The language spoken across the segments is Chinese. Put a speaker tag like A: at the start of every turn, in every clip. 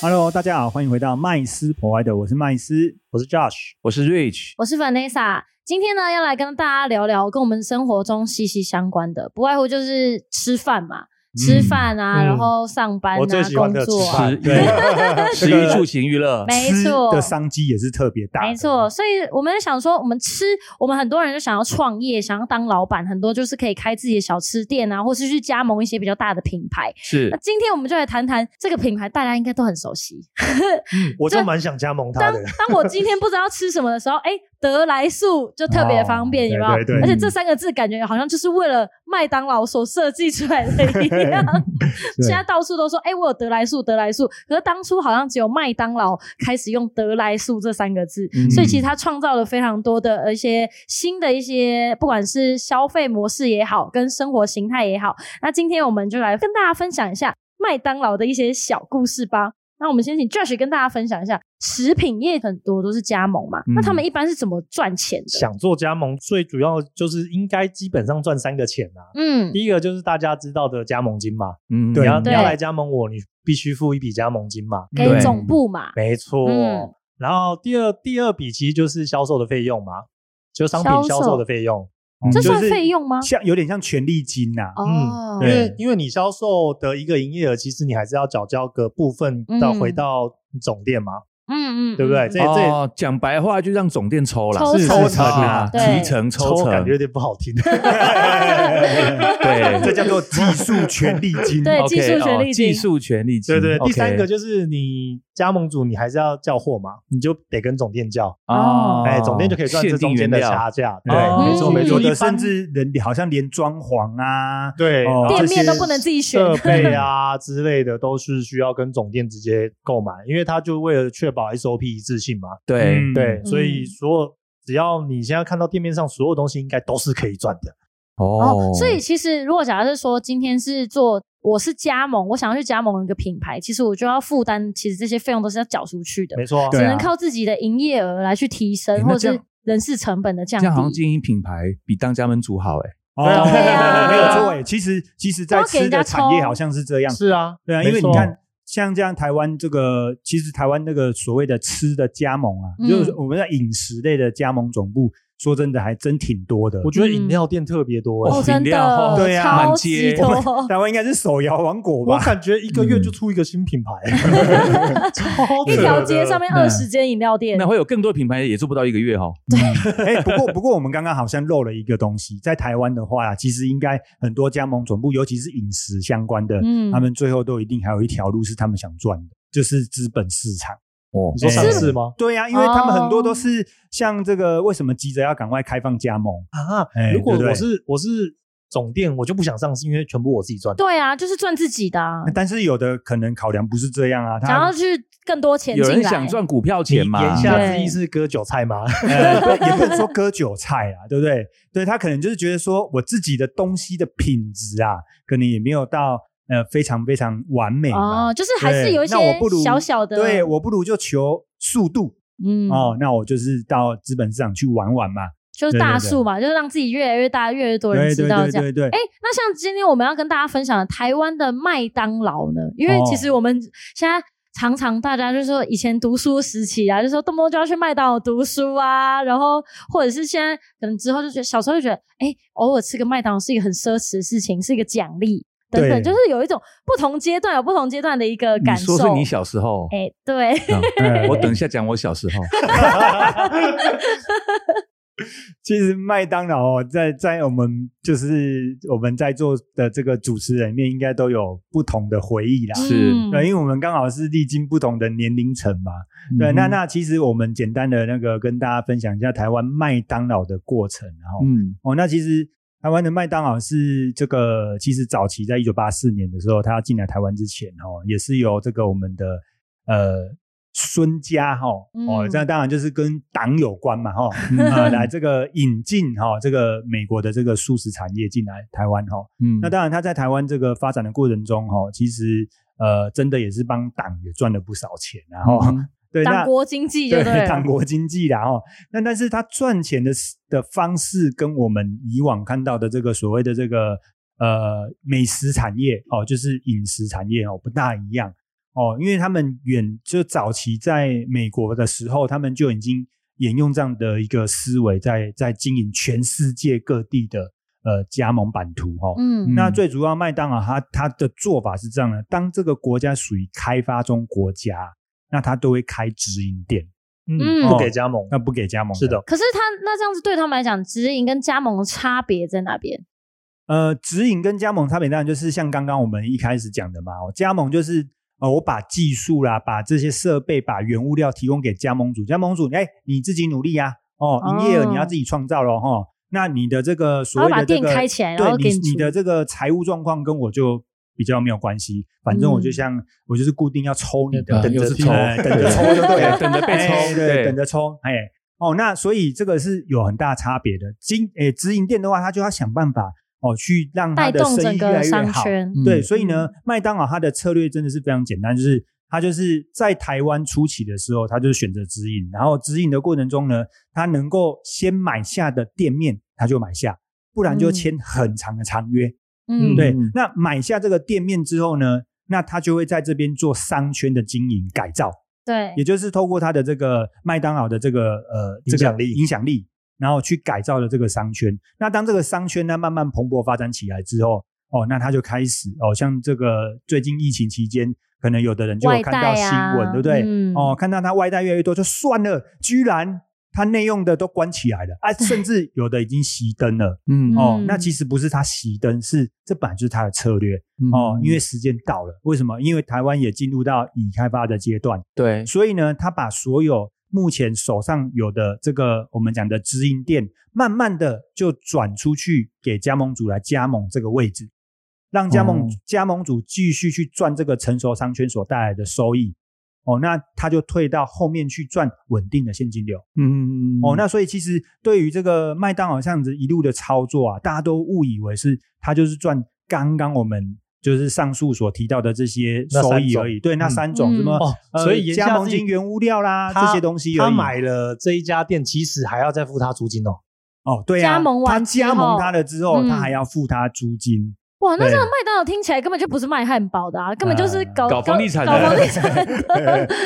A: Hello，大家好，欢迎回到麦斯 Provider，我是麦斯，我是 Josh。
B: 我是 Rich，
C: 我是 Vanessa。今天呢，要来跟大家聊聊跟我们生活中息息相关的，不外乎就是吃饭嘛，吃饭啊，
D: 嗯
C: 然后上班啊，
D: 我最喜欢的
C: 工作
D: 吃饭
C: 啊，
B: 食
D: 对
B: 欲食
A: 这
B: 欲
A: 个
B: 住行娱乐，
C: 没
A: 吃
C: 错
A: 的商机也是特别大的，
C: 没错，所以我们想说，我们吃，我们很多人就想要创业，想要当老板，很多就是可以开自己的小吃店啊，或是去加盟一些比较大的品牌。
B: 是
C: 那今天我们就来谈谈这个品牌，大家应该都很熟悉。
D: 我就蛮想加盟他
C: 当
D: 的。
C: 当我今天不知道吃什么的时候，哎，得来速就特别方便，
A: 哦
C: 有没有？
A: 对对对
C: 而且这三个字感觉好像就是为了麦当劳所设计出来的一样。
A: 对
C: 现在到处都说，哎，我有得来速，得来速。可是当初好像只有麦当劳开始用得来速这三个字，
A: 嗯
C: 所以其实它创造了非常多的呃一些新的一些，不管是消费模式也好，跟生活形态也好。那今天我们就来跟大家分享一下麦当劳的一些小故事吧。那我们先请 Josh 跟大家分享一下，食品业很多都是加盟嘛，
B: 嗯
C: 那他们一般是怎么赚钱的？
D: 想做加盟，最主要就是应该基本上赚三个钱啊。
C: 嗯，
D: 第一个就是大家知道的加盟金嘛，
B: 嗯
D: 你要你
B: 对
C: 对
D: 要来加盟我，你必须付一笔加盟金嘛，
C: 给
B: 对
C: 总部嘛，
D: 没错。
C: 嗯
D: 然后第二第二笔其实就是销售的费用嘛，就商品
C: 销售
D: 销售的费用。
A: 嗯
C: 这
D: 就
C: 算
D: 是
C: 费用吗？
A: 像有点像权力金呐、
D: 因
C: 哦，
A: 对
D: 为因为你销售的一个营业额，其实你还是要缴交个部分到
C: 嗯
D: 回到总店嘛，
C: 嗯嗯，
D: 对不对？
C: 嗯
D: 这
C: 嗯
D: 这
B: 哦，讲白话就让总店抽了，
C: 抽
A: 是
C: 成
A: 抽成
B: 啊，
C: 对
B: 提成抽
D: 抽
B: 成，
D: 感觉有点不好听。
A: 这
B: 对
A: 叫做技术权力金。
C: 对
B: OK，
C: 技术权利金
B: 哦技术权利金，
D: 对对，
B: OK
D: 第三个就是你加盟主，你还是要叫货嘛，你就得跟总店叫，
B: 哦，
D: 哎，总店就可以赚这
B: 限定
D: 中间
B: 原
D: 的
B: 料，
D: 差价。对，
B: 哦
D: 没错
C: 嗯
D: 没错，
A: 有的
D: 一般
A: 甚至人好像连装潢啊，
D: 对
A: 哦
D: 然后
C: 店
D: 这
C: 面都
D: 些
C: 不能自己选，
D: 设备啊之类的都是需要跟总店直接购买，因为他就为了确保 SOP 一致性嘛。
B: 对，
A: 嗯
D: 对，所以
C: 嗯
D: 所有只要你现在看到店面上所有东西，应该都是可以赚的。
C: 哦，所以其实如果假设说今天是做我是加盟，我想要去加盟一个品牌，其实我就要负担，其实这些费用都是要缴出去的，
D: 没错啊，
A: 对
C: 只
A: 啊
C: 能靠自己的营业额来去提升，
B: 诶那
C: 或
B: 这
C: 者是
B: 样
C: 人事成本的降
B: 这样好像
C: 低。
B: 经营品牌比当家门主好哎，
A: 哦，
D: 对啊
C: 对啊
A: 没有错哎。其实其实，在
C: 都给
A: 吃
C: 人家
A: 的产业
C: 抽
A: 好像是这样，
D: 是啊，
A: 对啊，
D: 没
A: 因为你
D: 错
A: 看，像这样台湾这个，其实台湾那个所谓的吃的加盟啊，
C: 嗯
A: 就是我们在饮食类的加盟总部，说真的还真挺多的。
D: 我觉得
C: 嗯
D: 饮料店特别多欸、
C: 哦，
B: 哦
C: 真
B: 饮
C: 的，
B: 料哦
A: 对啊
C: 超
B: 满
C: 级
B: 街
C: 多。
A: 台湾应该是手摇王国
D: 我
A: 吧？
D: 感觉一个月就出一个新品 牌，超
C: 一条街上面
B: 对啊
C: 二十间饮料店
B: 哎那，会有更多品牌也做不到一个月哈，嗯
A: 哎，不过不过我们刚刚好像漏了一个东西，在台湾的话啊，其实应该很多加盟总部，尤其是饮食相关的，
C: 嗯
A: 他们最后都一定还有一条路是他们想赚的，就是资本市场。
B: 哦
D: 你，说上市吗？
A: 对啊呀、因为他们很
C: 哦
A: 多都是像这个，为什么急着要赶快开放加盟？
D: 啊
A: 哎，
D: 如果
A: 对不对
D: 我是我是总店，我就不想上市，因为全部我自己赚。
C: 对啊，就是赚自己的啊，
A: 但是有的可能考量不是这样啊，他
C: 想要去更多钱
B: 有
C: 进
B: 人
C: 来
B: 想。赚股票
D: 你
B: 钱嘛，
D: 言下之
C: 对
D: 意是割韭菜 吗？
A: 呃，对也不能说割韭菜啊，对不对？对他可能就是觉得说，我自己的东西的品质啊，可能也没有到呃非常非常完美嘛。
C: 哦，就是还是有一些
A: 对那我不如
C: 小小的，
A: 对我不如就求速度、
C: 嗯，
A: 哦，那我就是到资本市场去玩玩嘛。
C: 就是大数嘛，就是让自己越来越大，越来越多人
A: 对
C: 知
A: 对
C: 道
A: 对
C: 这样。
A: 对对
C: 哎，，那像今天我们要跟大家分享的台湾的麦当劳呢，因为
A: 哦
C: 其实我们现在常常大家就说以前读书时期啊，就说动不动就要去麦当劳读书啊，然后或者是现在可能之后就觉得小时候就觉得，哎，偶尔吃个麦当劳是一个很奢侈的事情，是一个奖励等等，
A: 对
C: 就是有一种不同阶段有不同阶段的一个感
B: 你
C: 受。
B: 说是你小时候，
C: 哎，对，
B: 啊
A: 哎
B: 我等一下讲我小时 候，
A: 其实麦当劳哦在在我们就是我们在座的这个主持人里面，应该都有不同的回忆啦。
B: 是
C: 嗯
A: 对，因为我们刚好是历经不同的年龄层嘛。
B: 嗯
C: 嗯
A: 对，那那其实我们简单的那个跟大家分享一下台湾麦当劳的过程，然后、
B: 嗯
A: 哦，那其实台湾的麦当劳是这个，其实早期在一九八四年的时候，它进来台湾之前哦，也是由这个我们的呃孙家哈哦，
C: 嗯
A: 这样当然就是跟党有关嘛哈，
B: 嗯
A: 啊来这个引进哈这个美国的这个素食产业进来台湾哈，
B: 嗯，
A: 那当然，他在台湾这个发展的过程中，哈，其实呃，真的也是帮党也赚了不少钱啊，然后、
B: 嗯
A: 对那
C: 党国经济就对
A: 对
C: 了
A: 党国经济啦，哈。那但是他赚钱的的方式跟我们以往看到的这个所谓的这个呃美食产业哦，就是饮食产业哦，不大一样哦，因为他们远就早期在美国的时候，他们就已经沿用这样的一个思维在在经营全世界各地的呃加盟版图哈、哦。
C: 嗯
A: 那最主要，麦当劳它它的做法是这样的：当这个国家属于开发中国家，那它都会开直营店，
C: 嗯
D: 不给加盟，哦
A: 那不给加盟。
D: 是的，，
C: 可是他那这样子对他们来讲，直营跟加盟的差别在哪边？
A: 呃，直营跟加盟差别当然就是像刚刚我们一开始讲的嘛，哦加盟就是呃我把技术啦，把这些设备、把原物料提供给加盟主，加盟主哎你自己努力呀、哦，
C: 哦
A: 营业额你要自己创造咯。哈、那你的这个所
C: 他
A: 谓
C: 把
A: 的这
C: 店
A: 个
C: 开起来，然
A: 对
C: 后给
A: 你
C: 你
A: 你的这个财务状况跟我就比较没有关系，反正我就
C: 嗯
A: 像、我就是固定要抽你的，
B: 啊
A: 等
B: 又
A: 着
B: 是
A: 听
B: 抽
A: 哎等着
B: 对
A: 抽就 对了，
B: 等着被抽
A: 哎对，
B: 对
A: 等着抽，哎。哦，那所以这个是有很大差别的。经诶，直营店的话，他就要想办法哦，去让他
C: 带
A: 的
C: 动
A: 生
C: 整
A: 意越来
C: 个
A: 越
C: 商
A: 好。
C: 圈。
B: 嗯
A: 对，所以呢，麦当劳它的策略真的是非常简单，就是它就是在台湾初期的时候，它就是选择直营，然后直营的过程中呢，它能够先买下的店面，它就买下，不然就签很长的长约。
C: 嗯，
A: 对
B: 嗯，
A: 那买下这个店面之后呢，那它就会在这边做商圈的经营改造，
C: 对
A: 也就是透过它的这个麦当劳的这个呃
D: 影响力
A: 这个影响力，然后去改造了这个商圈。那当这个商圈呢慢慢蓬勃发展起来之后，哦，那它就开始哦，像这个最近疫情期间，可能有的人就有
C: 外
A: 看到
C: 带
A: 新
C: 啊，
A: 闻，对不对？
C: 嗯
A: 哦，，看到它外带越来越多，就算了，居然它内用的都关起来了 啊，甚至有的已经熄灯了。
B: 嗯
A: 哦
C: 嗯，
A: 那其实不是它熄灯，是这本来就是它的策略
B: 嗯
A: 哦，因为时间到了。为什么？因为台湾也进入到已开发的阶段，
B: 对，
A: 所以呢，他把所有目前手上有的这个我们讲的直营店，慢慢的就转出去给加盟主来加盟这个位置，让加盟、
B: 哦
A: 加盟主继续去赚这个成熟商圈所带来的收益。哦，那他就退到后面去赚稳定的现金流。
B: 嗯
A: 哦，那所以其实对于这个麦当劳这样子一路的操作啊，大家都误以为是它就是赚刚刚我们就是上述所提到的这些
D: 那
A: 收
D: 三
A: 益
D: 种
A: 而已。对，那
B: 嗯
A: 三种什么、
C: 嗯
D: 哦
A: 呃，
D: 所以言下
A: 加盟
D: 之意
A: 金、原物料啦
D: 他
A: 这些东西而
D: 他
A: 已
D: 买了这一家店，其实还要再付他租金哦。
A: 哦，对啊，
C: 加盟完
A: 他
C: 之
A: 加
C: 后
A: 盟他了之后，
C: 嗯
A: 他还要付他 租金。
C: 哇，那
A: 对。
C: 这个麦当劳听起来根本就不是卖汉堡的啊，根本就是搞
B: 搞房地产的
C: 搞房地产的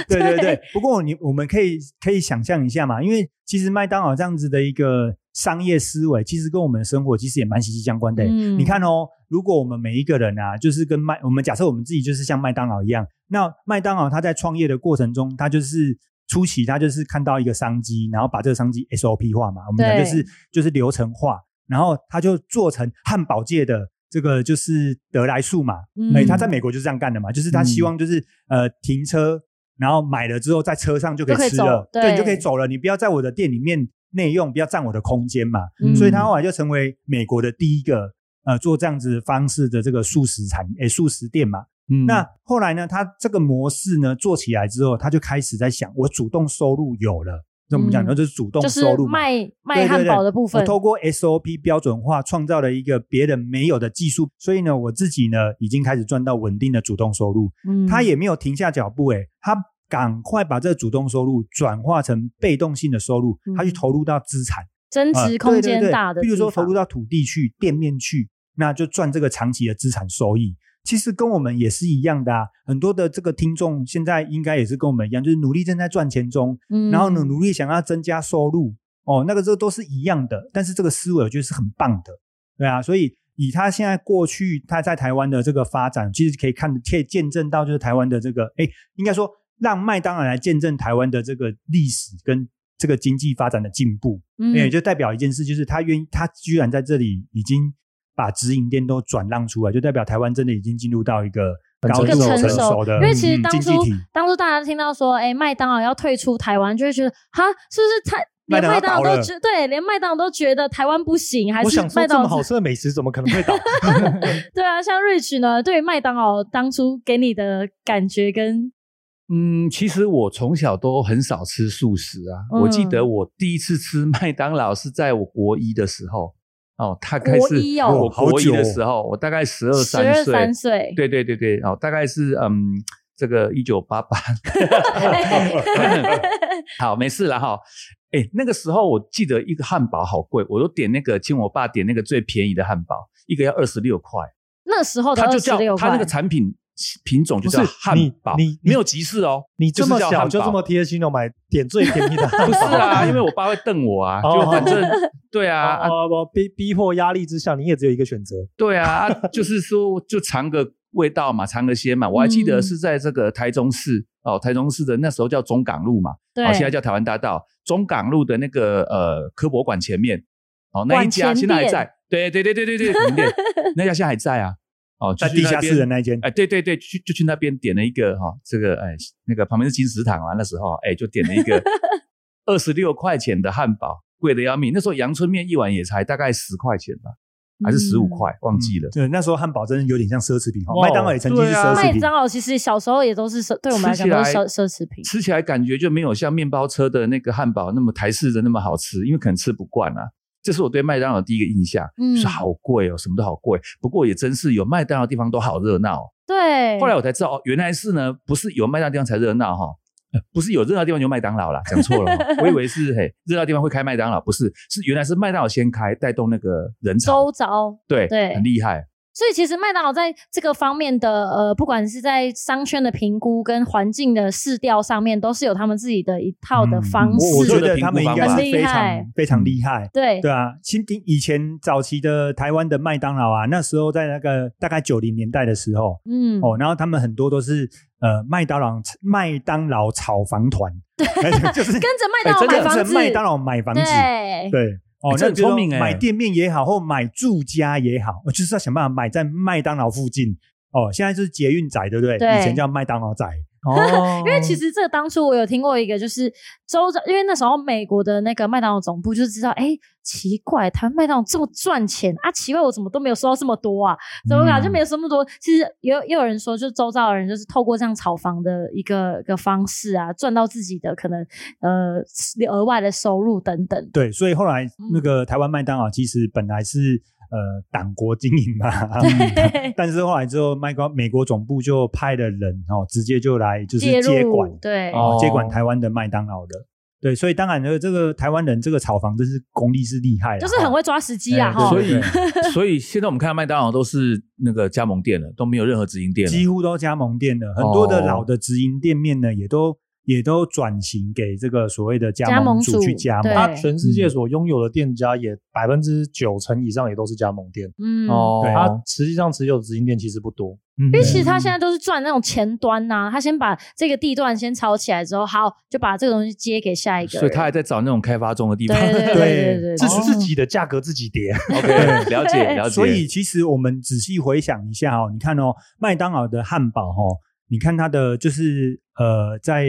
A: 对对对，，不过你我们可以可以想象一下嘛，因为其实麦当劳这样子的一个商业思维，其实跟我们的生活其实也蛮息息相关的欸。
C: 嗯
A: 你看哦，如果我们每一个人啊，就是跟麦，我们假设我们自己就是像麦当劳一样，那麦当劳它在创业的过程中，它就是。初期它就是看到一个商机，然后把这个商机 SOP 化嘛，我们讲
C: 对
A: 就是就是流程化，然后它就做成汉堡界的这个就是得来速嘛，
C: 嗯
A: 哎、他在美国就是这样干的嘛，就是他希望就是、呃停车，然后买了之后在车上就可
C: 就可以
A: 以吃了
C: 走，对
A: 你就可以走了，你不要在我的店里面内用，不要占我的空间嘛。
C: 嗯
A: 所以他后来就成为美国的第一个呃做这样子方式的这个素食产诶素食店嘛。
B: 嗯
A: 那后来呢，他这个模式呢做起来之后，他就开始在想，我主动收入有了，那我们讲
C: 嗯
A: 的就是主动
C: 就是
A: 收入嘛。
C: 卖
A: 对
C: 卖
A: 对
C: 汉
A: 对
C: 堡的部分
A: 我，透过 SOP 标准化创造了一个别人没有的技术，所以呢，我自己呢已经开始赚到稳定的主动收入。
C: 嗯
A: 他也没有停下脚步、欸，他赶快把这个主动收入转化成被动性的收入，他去
C: 嗯
A: 投入到资产、
C: 增
A: 啊
C: 值空间大
A: 对对对，
C: 的
A: 比
C: 地方，
A: 如说投入到土地去、店面去，那就赚这个长期的资产收益。其实跟我们也是一样的啊，很多的这个听众现在应该也是跟我们一样，就是努力正在赚钱中，
C: 嗯，
A: 然后呢，努力想要增加收入，哦，那个这都是一样的，但是这个思维我觉得是很棒的，对啊，所以以他现在过去他在台湾的这个发展，其实可以看可以见证到，就是台湾的这个，哎，应该说让麦当劳来见证台湾的这个历史跟这个经济发展的进步，
C: 嗯，
A: 哎也就代表一件事，就是他愿意，他居然在这里已经把直营店都转让出来，就代表台湾真的已经进入到一个
D: 很
A: 高
D: 成
A: 度
C: 一个
D: 成
A: 成
D: 熟
A: 熟的
C: 因为其实
A: 嗯
C: 当
A: 经
C: 初
A: 济体。
C: 当初大家听到说，哎，麦当劳要退出台湾，就会觉得，哈，是不是台
A: 麦
C: 连
A: 当劳
C: 麦当
A: 倒
C: 劳
A: 了
C: 都觉对，连麦当劳都觉得台湾不行，还
D: 我
C: 是
D: 想说，
C: 麦
D: 这
C: 当
D: 么
C: 劳
D: 好
C: 是
D: 吃的美食怎么可能会 倒？
C: 对啊，像 Rich 呢，对于麦当劳当初给你的感觉跟
B: 嗯，其实我从小都很少吃素食啊。我记
C: 嗯
B: 得我第一次吃 麦当劳是在我国一的时候，哦，大概
C: 国
B: 是
C: 一哦
B: 我国一
A: 好久
B: 的
A: 哦
B: 时候，我大概十二
C: 十二
B: 三岁
C: 三，岁，
B: 对对对对，哦，大概是嗯，这个一九八八，好，没事了哈。哎，那个时候我记得一个汉堡好贵，我都点那个，请我爸点那个最便宜的汉堡，一个要二十六块，
C: 那时候的
B: 它
C: 哦二
B: 就
C: 十
B: 叫
C: 六
B: 它
C: 块
B: 那个，产品品种就叫
D: 不是
B: 汉
D: 你
B: 堡，
D: 你
B: 没有集市哦，
D: 你这么
B: 就是叫汉
D: 小
B: 堡
D: 就这么贴心哦，买点最便宜的汉堡，
B: 不是 啊，因
A: 哦
B: 为我爸会瞪我啊，
D: 哦
B: 就反正对啊啊，
D: 哦不逼逼迫压力之下，你也只有一个选择。
B: 对啊，啊就是说就尝个味道嘛，尝个鲜嘛。我还记得是在这个台中市哦，台中市的那时候叫中港路嘛，
C: 对
B: 哦，，现在叫台湾大道，中港路的那个呃科博馆前面，哦那一家
C: 馆前
B: 现在还
C: 店
B: 在，对对对对对对，门店那家现在还在啊，哦
A: 在地下室的
B: 人。
A: 那间，
B: 哎，对对对，去就去那边点了一个哈、这个哎，那个旁边是金石堂啊，那时候哎就点了一个 二十六块钱的汉堡，贵的要命。那时候阳春面一碗也才大概十块钱吧，还是十五
C: 嗯
B: 块，忘记了。
A: 对，那时候汉堡真的有点像奢侈品哦，
B: 哇
A: 麦当劳也曾经是
B: 对
A: 奢
B: 啊
A: 侈
C: 麦
A: 品。
C: 当劳其实小时候也都是奢，对我们来讲
B: 吃起
C: 都
B: 来
C: 是奢奢侈品。
B: 吃起来感觉就没有像面包车的那个汉堡那么台式的那么好吃，因为可能吃不惯啊。这是我对麦当劳第一个印象，
C: 嗯
B: 就是好贵哦，什么都好贵。不过也真是有麦当劳的地方都好热闹哦、
C: 对，
B: 后来我才知道，哦，原来是呢，不是有麦当劳地方才热闹哈、呃不是有热闹地方有麦当劳啦，讲错 了哦、我以为是嘿热闹地方会开麦当劳，不是，是原来是麦当劳先开，带动那个人潮，
C: 周遭，
B: 对
C: 对
B: 很厉害，
C: 所以其实麦当劳在这个方面的呃，不管是在商圈的评估跟环境的市调上面，都是有他们自己的一套的
A: 嗯
C: 方
B: 我
A: 我
B: 我
A: 觉
B: 觉
C: 式。嗯
B: 得
A: 得他们应该是非
C: 很厉害
A: 常非常厉害。
C: 对
A: 对啊，新顶以前早期的台湾的麦当劳啊，那时候在那个大概九零年代的时候，
C: 嗯，
A: 哦，然后他们很多都是呃麦当劳麦当劳炒房团，就是
C: 跟着麦当劳
B: 哎
C: 哦买
B: 真的
C: 房
A: 跟
C: 子，
A: 着麦当劳买房子，
C: 对，
A: 对。哦
B: 哎，
A: 那
B: 这很聪明
A: 比如说
B: 哎
A: 买店面也好，或买住家也好，哦就是要想办法买在麦当劳附近。哦，现在就是捷运仔，对不对？
C: 对
A: 以前叫麦当劳仔。
B: 哦
C: 因为其实这个当初我有听过一个，就是周遭，因为那时候美国的那个麦当劳总部就知道，哎，奇怪，台湾麦当劳这么赚钱啊，奇怪，我怎么都没有收到这么多啊？怎么搞就没
A: 嗯
C: 有收那么多？其实也有也有人说，就周遭的人就是透过这样炒房的一个一个方式啊，赚到自己的可能呃额外的收入等等。
A: 对，所以后来
C: 嗯
A: 那个台湾麦当劳啊其实本来是呃党国经营嘛， 嗯但是后来之后，麦高美国总部就派了人哦，直接就来就是
C: 介入
A: 接管
C: 对，
A: 哦
B: 哦，
A: 接管台湾的麦当劳的。对，所以当然呢，这个台湾人这个炒房真是功力是厉害啦，
C: 就是很会抓时机啊，
A: 哎
C: 哈、
B: 所
A: 对
B: 以 所以现在我们看到麦当劳都是那个加盟店了，都没有任何直营店
A: 哦
B: 了。
A: 几乎都加盟店了，很多的
B: 哦
A: 老的直营店面呢，也都也都转型给这个所谓的加
C: 加盟
A: 主去
C: 主
A: 加盟啊
C: 对。
D: 它啊全世界所拥有的店家也百分之九成以上也都是加盟店，
C: 嗯。
B: 哦，
A: 对
D: 它实际上持有的直营店其实不多。
B: 因
C: 因为
A: 嗯
C: 其实他现在都是赚那种前端呐、他先把这个地段先炒起来之后，好就把这个东西接给下一个人。
B: 所以他还在找那种开发中的地
C: 对
B: 方。
C: 对对对对对，
D: 自
C: 对
D: 自己的价格自己叠，
B: OK，了解了解。
A: 所以其实我们仔细回想一下哦，你看哦，麦当劳的汉堡哦，你看它的就是呃，在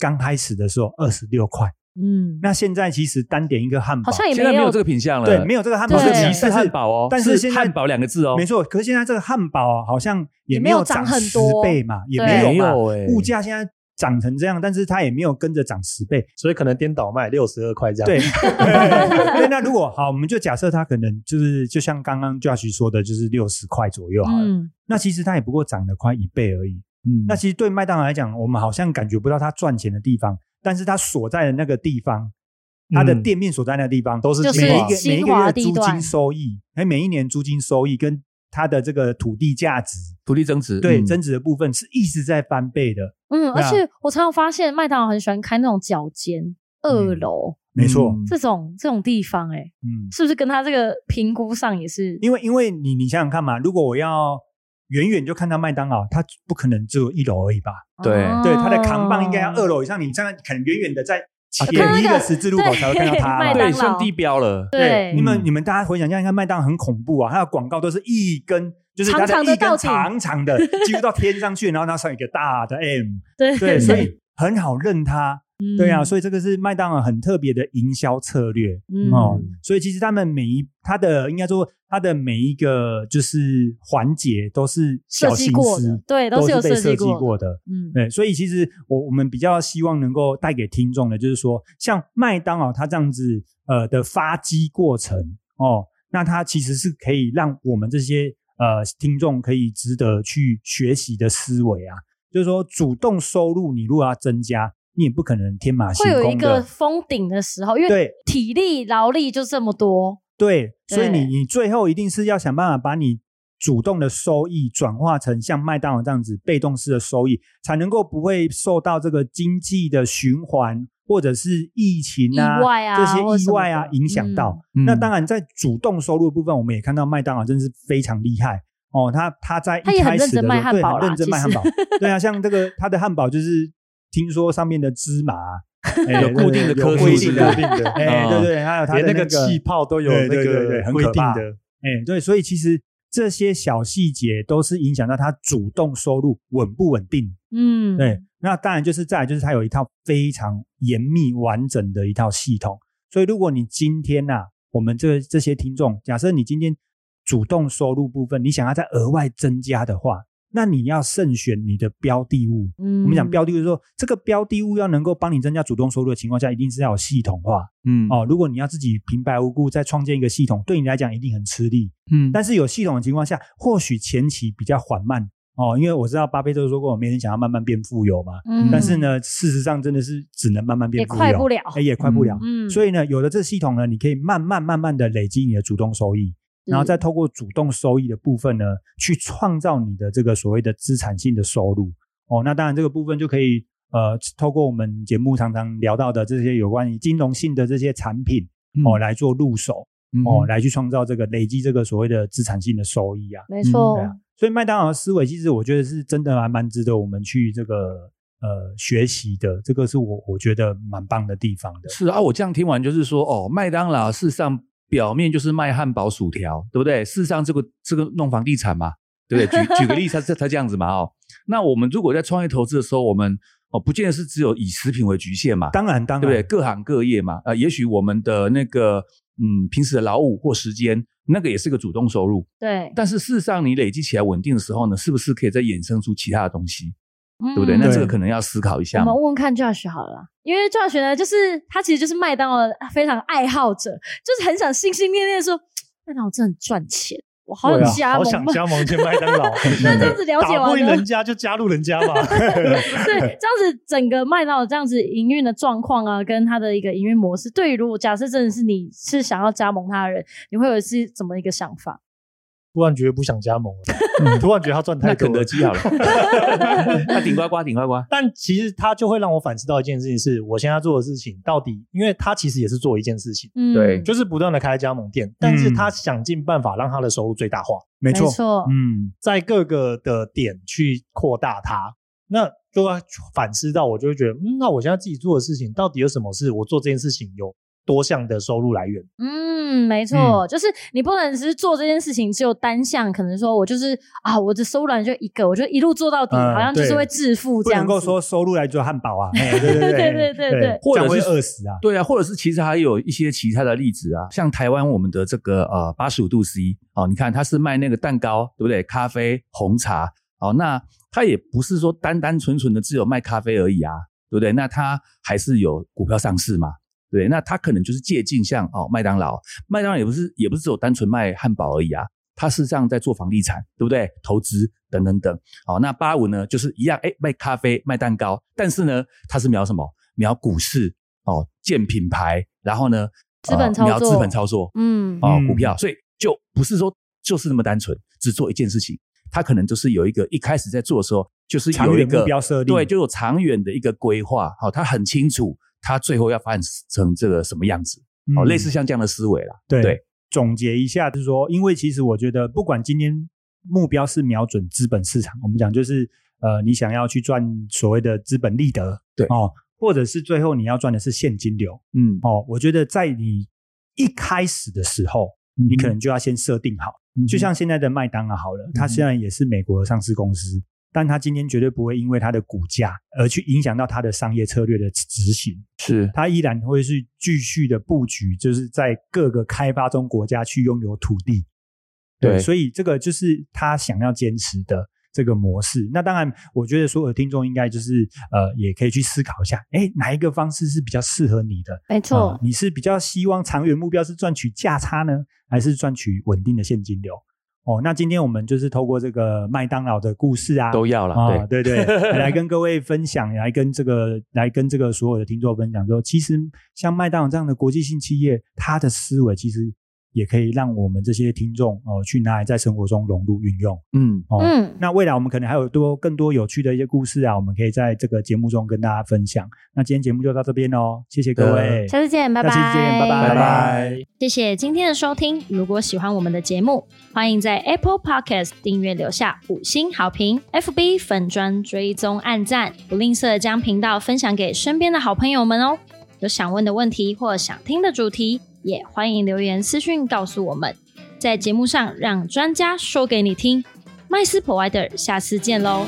A: 刚开始的时候二十六块，
C: 嗯，
A: 那现在其实单点一个汉堡
C: 好，像也
B: 现在
C: 没
B: 没有
C: 有
B: 这个品相了，
A: 对，没有这个汉堡
B: 不
C: 对
B: 是
A: 但
B: 歧
A: 是
B: 视汉堡哦，
A: 但是
B: 是
A: 现在
B: 汉堡两个字哦，
A: 没错，可是现在这个汉堡哦好像也
C: 也没
A: 没
C: 有
A: 有
C: 涨
A: 涨
C: 很
A: 十
C: 多
A: 倍嘛，也
C: 对
A: 没
B: 没
A: 有嘛，
B: 有哎
A: 物价现在涨成这样，但是它也没有跟着涨十倍。
D: 所以可能颠倒卖六十二块这样。
A: 对，， 对那如果好，我们就假设它可能就是就像刚刚 Josh 说的，就是六十块左右好了。
C: 嗯，
A: 那其实它也不过涨了快一倍而已。
B: 嗯
A: 那其实对麦当劳来讲，我们好像感觉不到它赚钱的地方，但是它所在的那个地方，它的
D: 嗯
A: 店面所在那个地方，
D: 都是
C: 就是
D: 精
A: 每一
D: 华
A: 个每一
C: 精
A: 个月
C: 华
A: 的
C: 地
A: 租
C: 段
A: 金，收益，还每一年租金收益跟它的这个土地价值，
B: 土地增值，
A: 对
B: 嗯
A: 增值的部分是一直在翻倍的。
C: 嗯，而
A: 对啊
C: 且我常常发现麦当劳很喜欢开那种脚尖、二楼、
A: 没错，
B: 嗯
C: 这种这种地方、哎，
A: 嗯，
C: 是不是跟他这个评估上也是？
A: 因为因为你你想想看嘛，如果我要远远就看到麦当劳，它不可能只有一楼而已吧？
B: 对
C: 哦
A: 对，它的扛棒应该要二楼以上，你站在可能远远的在
C: 哦
A: 前一个十字路口才会看到它
C: 麦
A: 啦。
C: 当劳
B: 对算地标了，
C: 对
A: 你们
B: 嗯
A: 你们大家回想一下，你看麦当劳很恐怖啊，它的广告都是一根。就是它
C: 长长
A: 一
C: 的
A: 根
C: 到顶
A: 长长 的，几乎到天上去，然后它上一个大的 M，
C: 对嗯
A: 对，所以很好认它。对啊，所以这个是麦当劳很特别的营销策略
C: 以
A: 哦。所以其实他们每一它的应该说它的每一个就是环节都是
C: 设
A: 小
C: 计
A: 心
C: 过的
A: 思，，
C: 对，
A: 都
C: 是有
A: 被设
C: 计
A: 计
C: 过
A: 过
C: 的。
A: 的。
C: 嗯，
A: 对，所以其实我我们比较希望能够带给听众的，就是说，像麦当劳它这样子呃的发机过程哦，那它其实是可以让我们这些呃听众可以值得去学习的思维啊，就是说主动收入你如果要增加，你也不可能天马行
C: 会有一
A: 空
C: 个
A: 的，
C: 封顶的时候，因为
A: 对
C: 体力劳力就这么多。
A: 对，所以
C: 对
A: 你你最后一定是要想办法把你。主动的收益转化成像麦当劳这样子被动式的收益，才能够不会受到这个经济的循环或者是疫情啊
C: 意外啊
A: 这些意外
C: 或
A: 啊
C: 什么的
A: 影响到。
B: 嗯
A: 那当然，在主动收入的部分，我们也看到麦当劳真是非常厉害哦，他他在一
C: 他也很
A: 开始
C: 认真
A: 的时候
C: 卖汉
A: 对
C: 堡啦
A: 很认真卖汉堡
C: 其，
A: 对啊，像这个他的汉堡就是听说上面的芝麻 啊。哎
B: 有固定的
A: 有
B: 颗数
A: 固
B: 是
A: 定
B: 不
A: 的，
B: 是
A: 固定的， 哎，对对，还有他的
D: 哦连那
A: 个
D: 个气泡都有
A: 对
D: 那
A: 对对对
D: 个
A: 很
D: 规
A: 可
D: 定
A: 怕
D: 的，
A: 哎，对，所以其实这些小细节都是影响到他主动收入稳不稳定。
C: 嗯，
A: 对，，那当然就是再来就是他有一套非常严密完整的一套系统。所以如果你今天呐、我们这这些听众，假设你今天主动收入部分，你想要再额外增加的话，那你要慎选你的标的物。
C: 嗯，
A: 我们讲标的物就是说，这个标的物要能够帮你增加主动收入的情况下，一定是要有系统化。
B: 嗯
A: 哦，如果你要自己平白无故再创建一个系统，对你来讲一定很吃力。
B: 嗯
A: 但是有系统的情况下，或许前期比较缓慢哦，因为我知道巴菲特说过，没人想要慢慢变富有嘛。
C: 嗯，
A: 但是呢，事实上真的是只能慢慢变
C: 也
A: 富有，
C: 快不了，
A: 哎，也快不了。
C: 嗯，
A: 所以呢，有了这系统呢，你可以慢慢慢慢的累积你的主动收益，
C: 以
A: 然后再透过主动收益的部分呢，去创造你的这个所谓的资产性的收入。哦，那当然这个部分就可以呃，透过我们节目常常聊到的这些有关于金融性的这些产品
B: 嗯
A: 哦，来做入手哦，来去创造这个累积这个所谓的资产性的收益啊。
C: 没
B: 嗯
C: 错
A: 对，啊所以麦当劳的思维，其实我觉得是真的还蛮值得我们去这个呃学习的，这个是我我觉得蛮棒的地方的。
B: 是啊，我这样听完就是说，哦，麦当劳事实上表面就是卖汉堡、薯条，对不对？事实上，这个这个弄房地产嘛，对不对？举举个例子，它它这样子嘛，哦。那我们如果在创业投资的时候，我们哦，不见得是只有以食品为局限嘛，
A: 当然，当
B: 对不对？
A: 然，
B: 各行各业嘛，呃，也许我们的那个嗯，平时的劳务或时间，那个也是个主动收入。
A: 啊
C: 对，
B: 但是事实上，你累积起来稳定的时候呢，是不是可以再衍生出其他的东西，
C: 哦对嗯
B: 对不对？那
A: 对
B: 这个可能要思考一
C: 我
B: 下嘛
C: 们。问问看 Josh 好了啦，因为 Josh 呢，就是他其实就是麦当劳的非常爱好者，就是很想心心念念说麦当劳真的很赚钱，我好
D: 对啊
C: 想加
D: 好
C: 盟
D: 想
C: 麦
D: 加盟一间麦当劳。
C: 那这样子了解
D: 打
C: 完
D: 不赢
C: 了
D: 人，家就加入人家吧。
C: 对，这样子整个麦当劳这样子营运的状况啊，跟它的一个营运模式，对于如果假设真的是你是想要加盟他的人，你会有是怎么一个想法？
D: 突然觉得不想加盟了，突然觉得他赚
B: 那
D: 太多
B: 肯德
D: 了。
B: 基好 了，那顶呱呱，顶呱呱。
D: 但其实他就会让我反思到一件事情是我现在做的事情到底，因为他其实也是做一件事情，
C: 嗯，
B: 对
D: 就是不断的开加盟店，但是他想尽办法让他的收入最大化，
A: 没
C: 没
A: 错，
C: 错，
A: 嗯，
D: 在各个的点去扩大它。那就要反思到，我就会觉得，嗯，那我现在自己做的事情到底有什么是我做这件事情有多项的收入来源？
C: 嗯，没错，就是你不能只是做这件事情只有单项，可能说我就是啊，我的收入来源就一个，我就一路做到底，
A: 嗯
C: 好像就是
A: 对
C: 会致富这
A: 不
C: 样
A: 能
C: 子。
A: 够说收入来做汉堡啊，哎，对对
C: 对
A: 对
C: 对对对
A: 或者
B: 或
A: 会
B: 者是
A: 饿死啊。
B: 对啊，或者是其实还有一些其他的例子啊，像台湾我们的这个呃八十五度 C 哦，你看它是卖那个蛋糕，对不对？咖啡、红茶哦，那它也不是说单单纯纯的只有卖咖啡而已啊，对不对？那它还是有股票上市嘛，对不对？那它可能就是借鉴像哦麦当劳，麦当劳也不是也不是只有单纯卖汉堡而已啊，它事实上在做房地产，对不对？投资等等等。好、那八五呢，就是一样，哎，卖咖啡、卖蛋糕，但是呢，它是瞄什么？瞄股市哦，建品牌，然后呢，
C: 资本操作
B: 呃瞄资本操作
C: 嗯，
B: 哦，
A: 嗯
B: 股票，所以就不是说就是那么单纯，只做一件事情，它可能就是有一个一开始在做的时候，就是
A: 长
B: 有一
A: 远
B: 个
A: 目标设定，
B: 对，就有长远的一个规划，好、它很清楚它最后要发展成这个什么样子，哦，
A: 嗯
B: 类似像这样的思维啦，
A: 对
B: 对
A: 总结一下，就是说，因为其实我觉得，不管今天目标是瞄准资本市场，我们讲就是呃，你想要去赚所谓的资本利得，
B: 对
A: 哦，或者是最后你要赚的是现金流
B: 嗯，
A: 哦。我觉得在你一开始的时候，你
B: 嗯
A: 可能就要先设定好，就像现在的麦当劳好了，它虽然也是美国上市公司，但它今天绝对不会因为它的股价而去影响到它的商业策略的执行，
B: 是
A: 它依然会是继续的布局，就是在各个开发中国家去拥有土地。
B: 对
A: 所以这个就是他想要坚持的这个模式。那当然，我觉得所有的听众应该就是呃，也可以去思考一下，哎，哪一个方式是比较适合你的？
C: 没
A: 啊
C: 错，
A: 你是比较希望长远目标是赚取价差呢，还是赚取稳定的现金流？哦，那今天我们就是透过这个麦当劳的故事啊，
B: 都要了，
A: 啊、
B: 对，
A: 对 对来跟各位分享，来跟这个来跟这个所有的听众分享说，其实像麦当劳这样的国际性企业，它的思维其实也可以让我们这些听众哦、呃去拿来在生活中融入运用
B: 嗯，
A: 哦。
C: 嗯，
A: 那未来我们可能还有多更多有趣的一些故事啊，我们可以在这个节目中跟大家分享。那今天节目就到这边喽，谢谢各位，
C: 下次见，拜拜，
A: 下期见，拜
B: 拜
A: 拜
B: 拜。
C: 谢谢今天的收听。如果喜欢我们的节目，欢迎在 Apple Podcast 订阅留下五星好评，FB 粉砖追踪按赞，不吝啬将频道分享给身边的好朋友们哦。有想问的问题或想听的主题，也欢迎留言私讯告诉我们，在节目上让专家说给你听。麦斯 Provider，下次见喽。